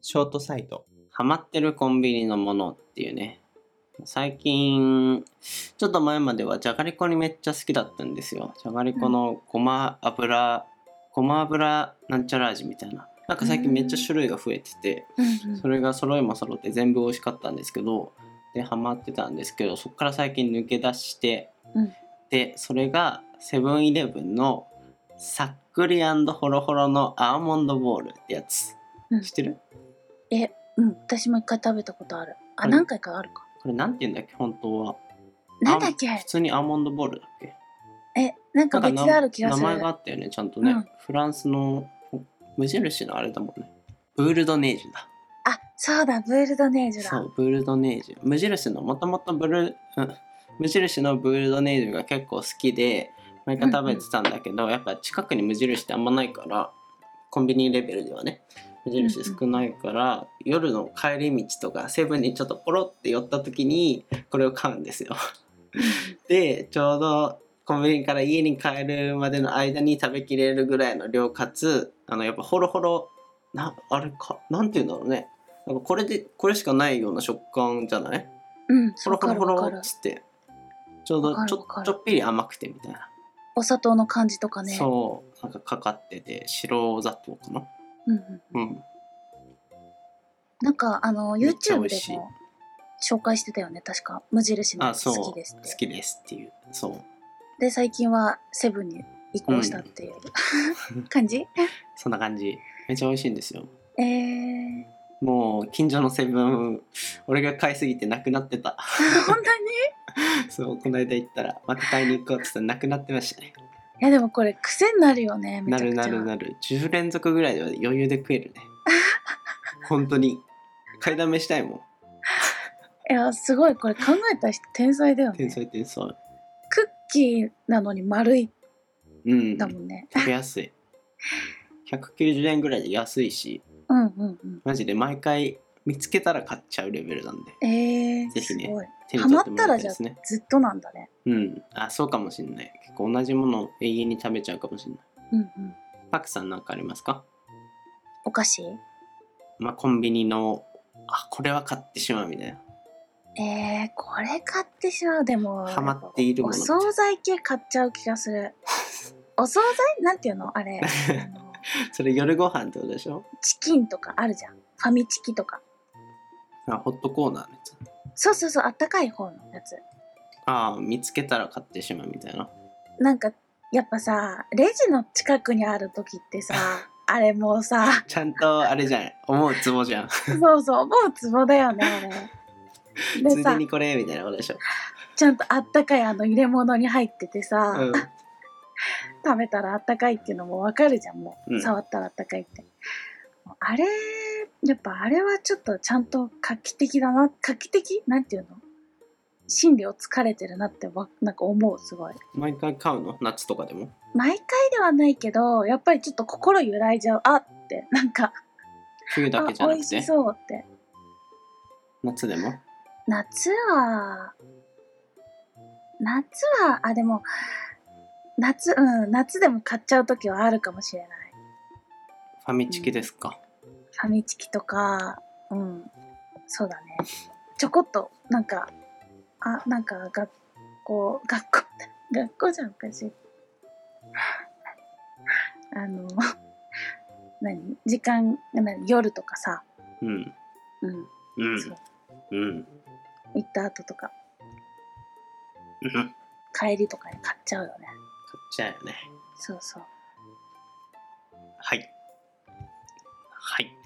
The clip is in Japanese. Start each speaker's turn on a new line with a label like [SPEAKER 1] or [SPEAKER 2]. [SPEAKER 1] ショートサイト。
[SPEAKER 2] ハマってるコンビニのものっていうね。最近、ちょっと前まではじゃがりこにめっちゃ好きだったんですよ。じゃがりこのごま油、ごま油なんちゃら味みたいな。なんか最近めっちゃ種類が増えてて、それが揃いも揃って全部美味しかったんですけど、で、ハマってたんですけど、そっから最近抜け出して、
[SPEAKER 3] うん
[SPEAKER 2] で、それがセブンイレブンのさっくりホロホロのアーモンドボールってやつ。
[SPEAKER 3] うん
[SPEAKER 2] 知ってる
[SPEAKER 3] え、うん、私も一回食べたことある。あ、
[SPEAKER 2] あれ
[SPEAKER 3] 何回かあるか。
[SPEAKER 2] これなんて言うんだっけ本当は。
[SPEAKER 3] なんだっけ
[SPEAKER 2] あん普通にアーモンドボールだっけ
[SPEAKER 3] え、なんか別である気がす
[SPEAKER 2] 名前
[SPEAKER 3] る
[SPEAKER 2] が。あったよね、ちゃんとね。
[SPEAKER 3] うん
[SPEAKER 2] フランスの無印のあれだもんね。ブールドネージュだ。
[SPEAKER 3] あ、そうだ、ブールドネージュ
[SPEAKER 2] そ
[SPEAKER 3] だ。
[SPEAKER 2] う、ブールドネージュ。無印の、もともとブル、うん無印のブールドネージュが結構好きで、毎回食べてたんだけど、やっぱ近くに無印ってあんまないから、コンビニレベルではね、無印少ないから、夜の帰り道とか、セブンにちょっとポロって寄った時に、これを買うんですよ。で、ちょうど、コンビニから家に帰るまでの間に食べきれるぐらいの量かつ、あの、やっぱホロホロ、な、あれか、なんていうんだろうね。なんかこれでこれしかないような食感じゃない
[SPEAKER 3] うん、
[SPEAKER 2] ほろ
[SPEAKER 3] わ
[SPEAKER 2] ほろ
[SPEAKER 3] かる
[SPEAKER 2] ほ
[SPEAKER 3] わか
[SPEAKER 2] ろ
[SPEAKER 3] る
[SPEAKER 2] っ。つってちょうど
[SPEAKER 3] わかる
[SPEAKER 2] ち
[SPEAKER 3] わ
[SPEAKER 2] ょ
[SPEAKER 3] かる
[SPEAKER 2] ちょっぴり甘くてみたいな、
[SPEAKER 3] お砂糖の感じとかね。
[SPEAKER 2] そうなんかかかってて白砂糖かな
[SPEAKER 3] うんうん。
[SPEAKER 2] うん
[SPEAKER 3] なんか、あの、
[SPEAKER 2] めっちゃ
[SPEAKER 3] YouTube
[SPEAKER 2] 美味
[SPEAKER 3] で
[SPEAKER 2] しい
[SPEAKER 3] も紹介してたよね、確か。無印の
[SPEAKER 2] あそう
[SPEAKER 3] 好きですって
[SPEAKER 2] 好。きですっていうそう
[SPEAKER 3] で、最近はセブンに移行したっていう、感じ
[SPEAKER 2] そんな感じめっちゃ美味しいんですよ
[SPEAKER 3] えー、
[SPEAKER 2] もう近所のセブン俺が買いすぎてなくなってた
[SPEAKER 3] 本当に
[SPEAKER 2] そうこの間行ったらまた買いに行こうって言ったらなくなってましたね
[SPEAKER 3] いやでもこれ癖になるよねめ
[SPEAKER 2] な
[SPEAKER 3] ちゃく
[SPEAKER 2] る
[SPEAKER 3] ちゃ
[SPEAKER 2] なるなる10連続ぐらいでは余裕で食えるね 本当に買いだめしたいもん
[SPEAKER 3] いやすごいこれ考えた人天才だよね
[SPEAKER 2] 天才天才
[SPEAKER 3] クッキーなのに丸い
[SPEAKER 2] うん
[SPEAKER 3] だもんね、
[SPEAKER 2] 食べやすい190円ぐらいで安いし
[SPEAKER 3] うん、うんうん
[SPEAKER 2] マジで毎回見つけたら買っちゃうレベルなんで
[SPEAKER 3] えー、
[SPEAKER 2] ぜひね
[SPEAKER 3] すごい
[SPEAKER 2] 手に取ってもらいたいですね
[SPEAKER 3] ずっとなんだね
[SPEAKER 2] うんあそうかもしんない結構同じものを永遠に食べちゃうかもしんない
[SPEAKER 3] うんうん
[SPEAKER 2] パクさんなんかありますか
[SPEAKER 3] お菓子
[SPEAKER 2] まあコンビニのあこれは買ってしまうみたいな
[SPEAKER 3] えー、これ買ってしまうでも
[SPEAKER 2] ハマっているもの
[SPEAKER 3] お惣菜系買っちゃう気が するお惣菜なんていうのあれあの
[SPEAKER 2] それ夜ご飯ってことでしょ
[SPEAKER 3] チキンとかあるじゃんファミチキとか
[SPEAKER 2] あホットコーナーのやつ
[SPEAKER 3] そうそうそうあったかい方のやつ
[SPEAKER 2] ああ見つけたら買ってしまうみたいな
[SPEAKER 3] なんかやっぱさレジの近くにある時っ てさあれもうさ
[SPEAKER 2] ちゃんとあれじゃん思うツボ じゃん
[SPEAKER 3] そうそうもうツボだよねあれ
[SPEAKER 2] つ
[SPEAKER 3] で
[SPEAKER 2] いで
[SPEAKER 3] さ
[SPEAKER 2] にこれみたいなことでしょ、
[SPEAKER 3] ちゃんとあったかいあの入れ物に入っててさ、
[SPEAKER 2] うん、
[SPEAKER 3] 食べたらあったかいっていうのもわかるじゃんもう、
[SPEAKER 2] うん
[SPEAKER 3] 触ったらあったかいってもうあれやっぱあれはちょっとちゃんと画期的だな画期的なんていうの心理を疲れてるなってわなんか思うすごい
[SPEAKER 2] 毎回買うの夏とかでも
[SPEAKER 3] 毎回ではないけどやっぱりちょっと心揺らいじゃうあってなんか
[SPEAKER 2] 冬だけじゃ
[SPEAKER 3] あ
[SPEAKER 2] な
[SPEAKER 3] 美
[SPEAKER 2] く
[SPEAKER 3] 味
[SPEAKER 2] て
[SPEAKER 3] しそうって
[SPEAKER 2] 夏でも
[SPEAKER 3] 夏は夏はあでも夏うん夏でも買っちゃう時はあるかもしれない
[SPEAKER 2] ファミチキですか、
[SPEAKER 3] ファミチキとかうんそうだねちょこっとなんかあなんか学校学校 学校じゃんおかしいあの何時間何夜とかさ
[SPEAKER 2] うん
[SPEAKER 3] うん
[SPEAKER 2] うん
[SPEAKER 3] そう
[SPEAKER 2] うん
[SPEAKER 3] 行った後とか
[SPEAKER 2] うん買っ
[SPEAKER 3] 帰りとかに買っちゃうよね
[SPEAKER 2] ちゃうよね
[SPEAKER 3] そうそう
[SPEAKER 2] はいはい